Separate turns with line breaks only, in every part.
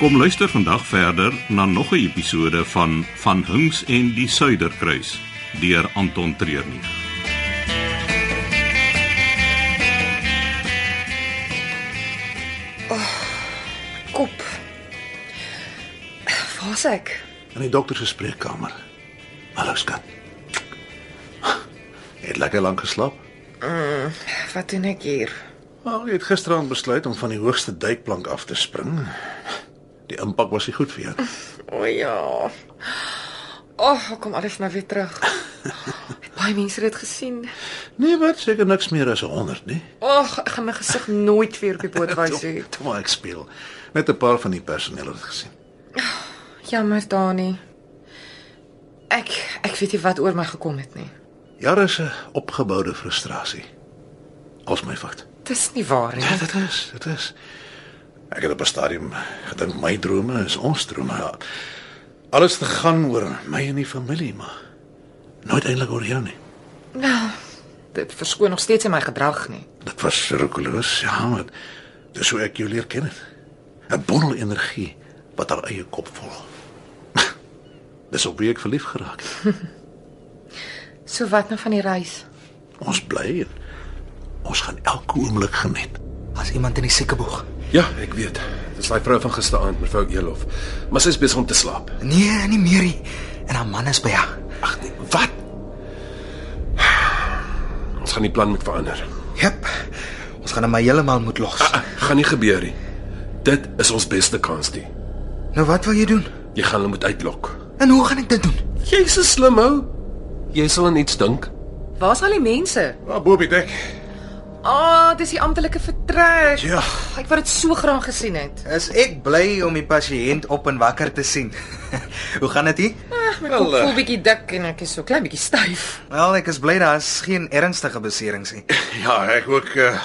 Kom luister vandag verder na nog 'n episode van Van Hinks en die Suiderkruis deur Anton Treurnig.
Kop. Waar's ek?
in die dokter se spreekkamer. Hallo skat. Het lekker lank geslaap?
Wat doen ek hier?
Wel, jy het gisteraan besluit om van die hoogste duikplank af te spring. Die impak was nie goed vir jou.
O oh, ja. O, oh, kom alles nou weer terug. Het baie mense dit gesien.
Nee, wat seker niks meer as 100, nee.
Ag, ek gaan my gesig nooit weer op die boot wys nie.
Toe maar ek speel. Net 'n paar van die personeel het dit gesien.
Jammer Dani. Ek ek weet nie wat oor my gekom het nie.
Jare se opgeboude frustrasie. Als my fout.
Dis nie waar nie.
Ja, dit is, dit is. Ek het op 'n stadium gedink my drome is ons drome. Alles te gaan oor my en die familie, maar nooit eintlik oor jou nie.
Nou, dit verskoon nog steeds in my gedrag nie.
Dit was roekeloos, ja, maar dis hoe ek jou leer ken het. 'n Bondel energie wat haar eie kop vol. dis op wie ek verlief geraak het.
So wat nou van die reis?
Ons bly en ons gaan elke oomblik geniet.
As iemand in die siekeboeg.
Ja, ek weet. Dis daai vrou van gisteraand, mevrou Elof. Maar sy is besig om te slaap.
Nee, nie meer nie. En haar man is by haar.
Ag nee, wat? Ons gaan die plan moet verander.
Jep. Ons gaan hom maar heeltemal moet los.
Ah, ah, gaan nie gebeur nie. Dit is ons beste kans die.
Nou wat wil jy doen?
Jy gaan hulle moet uitlok.
En hoe gaan ek dit doen?
Jy's 'n slim ou. Jy sal aan iets dink.
Waar's al die mense?
Waar bo op die dek.
Ah, oh, dis die amptelike vertrek.
Ja.
Ek wou dit so graag gesien het.
Is ek bly om die pasiënt op en wakker te sien. hoe gaan dit hier?
Ag, my kop voel bietjie dik en ek is so klein bietjie styf.
Wel, ek is bly daar's geen ernstige beserings nie.
Ja, ek ook uh,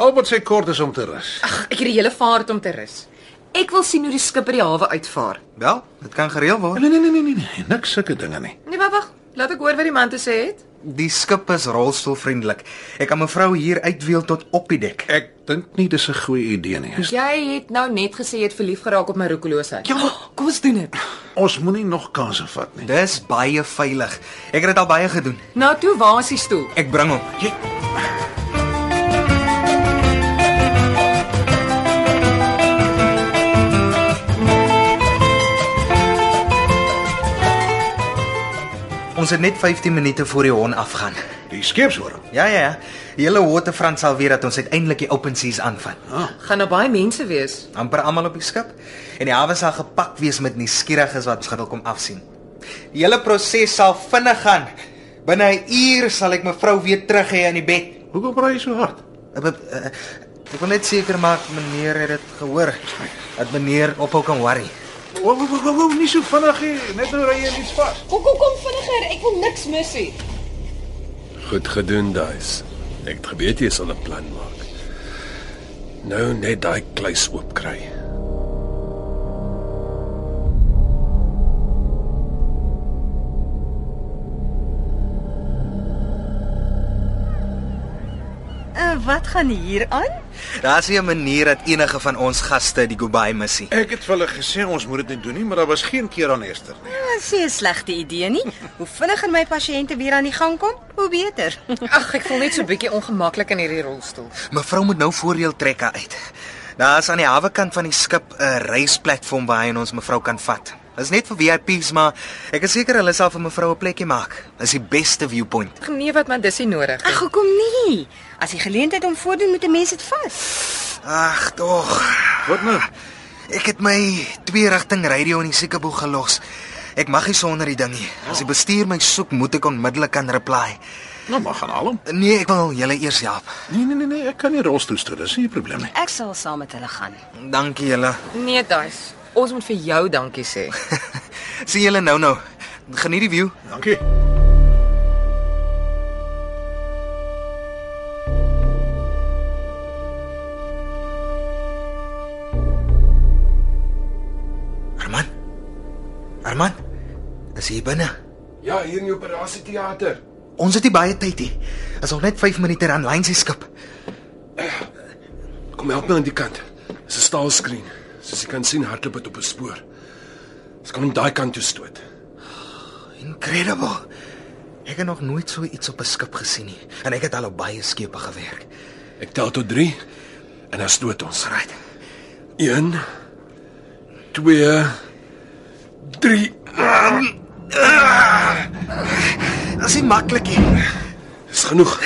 al wat sy kort is om te rus.
Ag, ek het die hele vaart om te rus. Ek wil sien hoe die skip by die hawe uitvaar.
Wel, dit kan gereël word.
Nee nee nee nee nee, nee, niks sulke dinge nie.
Nee, wag, wag. Laat ek hoor wat die man te sê het.
Die skip is rolstoelvriendelik. Ek kan mevrou hier uitwiel tot op die dek.
Ek dink nie dis 'n goeie idee nie. Is,
Jy het nou net gesê jy het verlief geraak op my roekeloosheid. Ja, kom ons doen dit.
ons moenie nog kansse vat nie.
Dis baie veilig. Ek het dit al baie gedoen.
Nou toe, waar is die stoel?
Ek bring hom. Jy Ons het net 15 minute voor die hon afgaan.
Die skeepshoring.
Ja ja ja. Die hele waterfront sal weer dat ons uiteindelik die open seas aanvang.
Gaan nou baie mense wees.
amper almal op die skip en die hawe sal gepak wees met nuuskieriges wat ons gaan wil kom afsien. Die hele proses sal vinnig gaan. Binne 'n uur sal ek mevrou weer terug hê in die bed.
Hoekom braai jy so hard?
Ek be- eh, ek wil net seker maak meneer het dit gehoor. Dat meneer ophou kan worry.
Wou wou wou, wou, nie so vinnig nie. Net nou ry jy iets vas.
Kom kom kom vinniger, ek wil niks mis hê.
Goed gedoen, Duis. Ek het geweet jy sal 'n plan maak. Nou net daai kluis oopkry.
Uh, wat gaan hier aan?
Daar's nie 'n manier dat enige van ons gaste die Dubai missie.
Ek het vir hulle gesê ons moet dit nie doen nie, maar daar was geen keer aan Esther nie.
Dit is nie 'n slegte idee nie. Hoe vinniger my pasiënte weer aan die gang kom, hoe beter.
Ag, ek voel net so bietjie ongemaklik in hierdie rolstoel.
Mevrou moet nou voordeel trek haar uit. Daar's aan die hawe kant van die skip 'n reisplatform waarheen ons mevrou kan vat. Dis net vir VIP's, maar ek is seker hulle sal vir mevrou 'n plekkie maak. Dis die beste viewpoint.
Ag nee, wat man, dis nie nodig.
Ag, hoekom nie? As die geleentheid hom voordoen, moet 'n mens dit vat.
Ag tog.
Wat nou?
Ek het my twee-rigting radio in die siekeboeg gelos. Ek mag nie sonder die ding nie. As die bestuur my soek, moet ek onmiddellik kan reply.
Nou maar gaan haal hom.
Nee, ek wil julle eers help.
Nee nee nee nee, ek kan nie rolstoel stoel, dis nie 'n probleem nie.
Ek sal saam met hulle gaan.
Dankie julle.
Nee, Duis. Ons moet vir jou dankie sê.
Sien julle nou nou. Geniet die view.
Dankie.
Arman. Arman. Is jy binne?
Ja, hier in die operasieteater.
Ons het nie baie tyd nie. Is nog net 5 minute dan lyn sy skip.
Kom help my aan die kant. Dis 'n staalskreen. Soos jy kan sien, hardloop dit op 'n spoor. Ons kan hom daai kant toe stoot.
Incredible. Ek het nog nooit so iets op 'n skip gesien nie en ek het al op baie skepe gewerk.
Ek tel tot 3 en dan stoot ons.
Right.
1 2 3
Dis nie maklik nie.
Dis genoeg.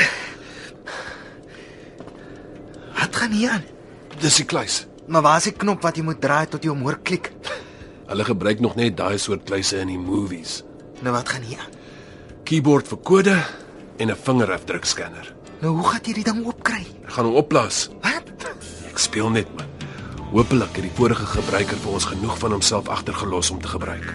Wat gaan hier aan?
Dis die kluis.
Maar waar is die knop wat jy moet draai tot jy hom hoor klik?
Hulle gebruik nog net daai soort kluise in die movies.
Nou wat gaan hier aan?
Keyboard vir kode en 'n vingerafdrukskanner.
Nou hoe gaan jy die ding oopkry?
Ek gaan hom opblaas.
Wat?
Ek speel net man. Hoopelik het die vorige gebruiker vir ons genoeg van homself agtergelos om te gebruik.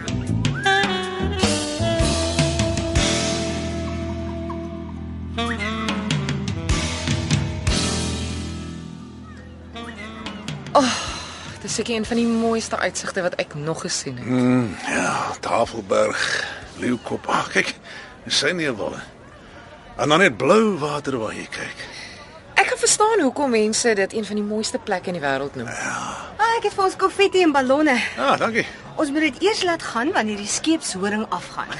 Dis seker een van die mooiste uitsigte wat ek nog gesien het. Mm.
Ja, Tafelberg, Leeukop. Ag, kyk. Dis sy neerwalle. En dan net blou water waar jy kyk.
Ek kan verstaan hoekom mense dit een van die mooiste plekke in die wêreld noem.
Ah, ek het vir ons konfetti en ballonne.
Ja, ah, dankie.
Ons moet dit eers laat gaan wanneer die skeepshoring afgaan.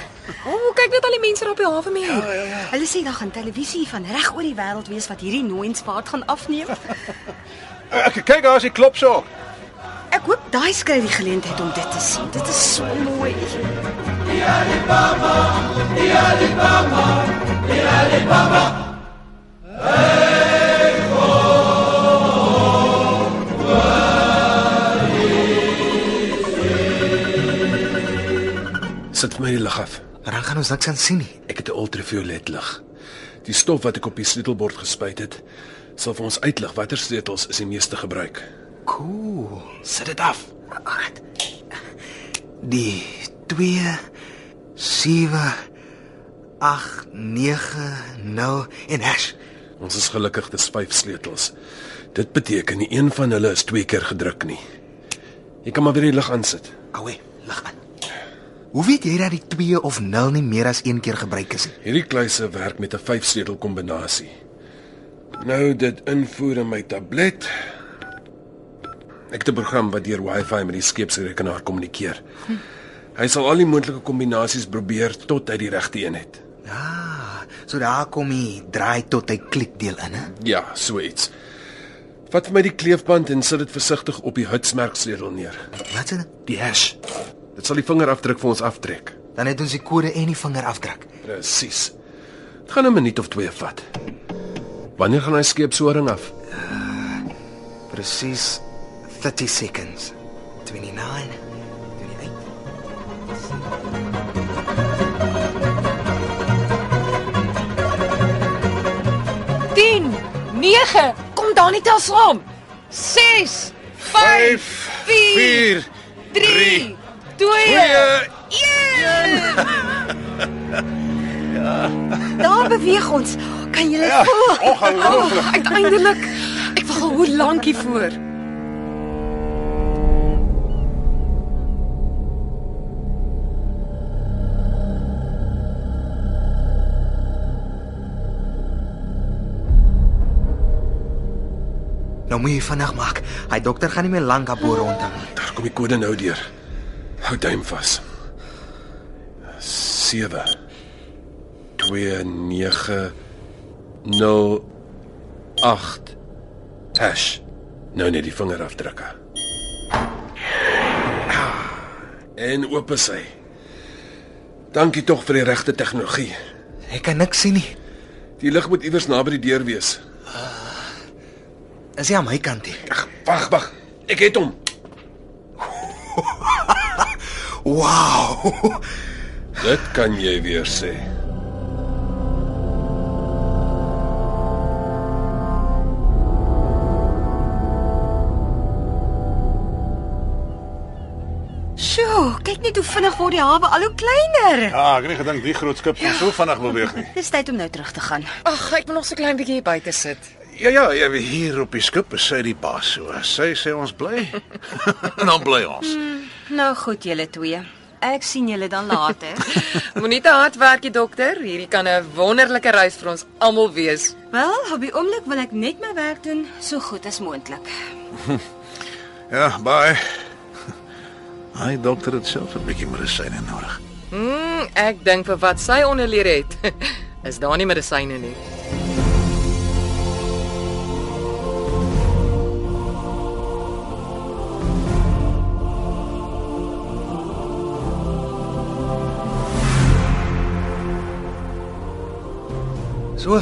O, kyk net al die mense daar op die hawe meer. Ja, ja.
Hulle sê daar gaan televisie van reg oor die wêreld wees wat hierdie nooiensvaart gaan afneem.
Ek kyk daar is die klop so.
Ek hoop daai skry die geleentheid om dit te sien. Dit is so mooi.
Sit vir my die lig af.
Maar dan gaan ons niks aan sien nie.
Ek het 'n ultraviolet lig. Die stof wat ek op die sleutelbord gespuit het, sal vir ons uitlig watter sleutels is die meeste gebruik.
Cool.
Sit dit af.
Alright. Die 2 7 8 9 0 en hash.
Ons is gelukkig dis vyf sleutels. Dit beteken nie een van hulle is twee keer gedruk nie. Jy kan maar weer die lig aansit.
Oue, lig aan. Hoe weet jy dat die 2 of 0 nie meer as een keer gebruik is nie?
Hierdie kluise werk met 'n vyf sleutel kombinasie. Nou dit invoer in my tablet. Ek het 'n program wat deur Wi-Fi met die skeepsrekenaar kommunikeer. Hy sal al die moontlike kombinasies probeer tot hy die regte een het.
Ah, so daar kom hy draai tot hy klik deel in, hè?
Ja, so iets. Vat vir my die kleefband en sit dit versigtig op die hitsmerksleutel neer.
Wat se ding?
Die hash. Dit sal die vingerafdruk vir ons aftrek.
Dan het ons die kode en die vingerafdruk.
Presies. Dit gaan 'n minuut of twee vat. Wanneer gaan hy skeepshoring af?
Presies 30 seconds. 29 28
10 9 Kom dan nie tel saam. 6 5 4
4
3 2
2
Daar beweeg ons. Kan jy dit
Ja,
voel? Oh,
ongelooflik.
Uiteindelik. Ek wag al hoe lank hier voor.
Nou moet jy vinnig maak. Hy dokter gaan nie meer lank daarbo rondhang nie.
Daar kom die kode nou deur. Hou duim vas. 7 2 9 0 8 hash. Nou net die vingerafdrukke. Ah, En oop is hy. Dankie tog vir die regte tegnologie.
Ek kan niks sien nie.
Die lig moet iewers naby die deur wees.
Is hy aan my kant hier?
Ag, wag, wag. Ek het hom.
Wow.
Dit kan jy weer sê.
Sjoe, kyk net hoe vinnig word die hawe al hoe kleiner.
Ja, ek het nie gedink die groot skip gaan so vinnig beweeg nie.
Dis tyd om nou terug te gaan.
Ag, ek wil nog so klein bietjie hier buite sit.
Ja ja, ja, hier op die skip is sy die baas. So sy sê ons bly. en dan bly ons.
Nou goed julle twee. Ek sien julle dan later.
Moenie te hard werk, die dokter. Hierdie kan 'n wonderlike reis vir ons almal wees.
Wel, op die oomblik wil ek net my werk doen so goed as moontlik.
Ja, bye. Hy dokter het self 'n bietjie medisyne nodig.
Mm, ek dink vir wat sy onderleer het, is daar nie medisyne nie.
So.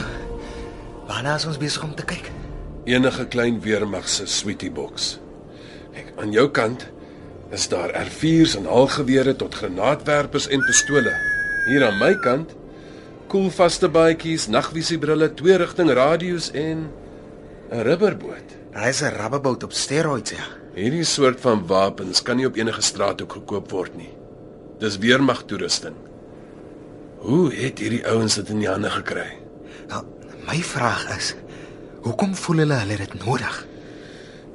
Waarna is ons besig om te kyk?
Enige klein weermag se sweetie box. Ek aan jou kant is daar R4s en halgewere tot granaatwerpers en pistole. Hier aan my kant koelvaste baadjies, nagvisiebrille, tweerigting radio's en 'n rubberboot.
Hy is 'n rubberboot op steroids, ja.
Hierdie soort van wapens kan nie op enige straathoek gekoop word nie. Dis weermag toerusting. Hoe het hierdie ouens dit in die hande gekry?
Nou, my vraag is, hoekom voel hulle hulle het dit nodig?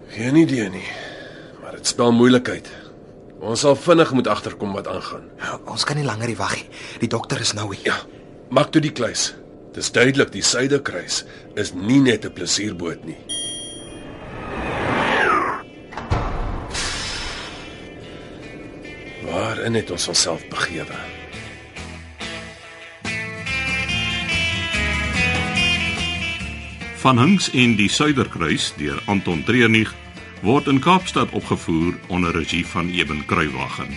Geen idee nie. Maar dit spel moeilikheid. Ons sal vinnig moet agterkom wat aangaan.
Nou, ons kan nie langer hier wag nie. Die dokter is nou hier.
Ja, maak toe die kluis. Dis duidelik die Suiderkruis is nie net 'n plesierboot nie. Waarin het ons onsself begewe?
Van Hinks en die Suiderkruis deur Anton Treurnig word in Kaapstad opgevoer onder regie van Eben Kruiwagen.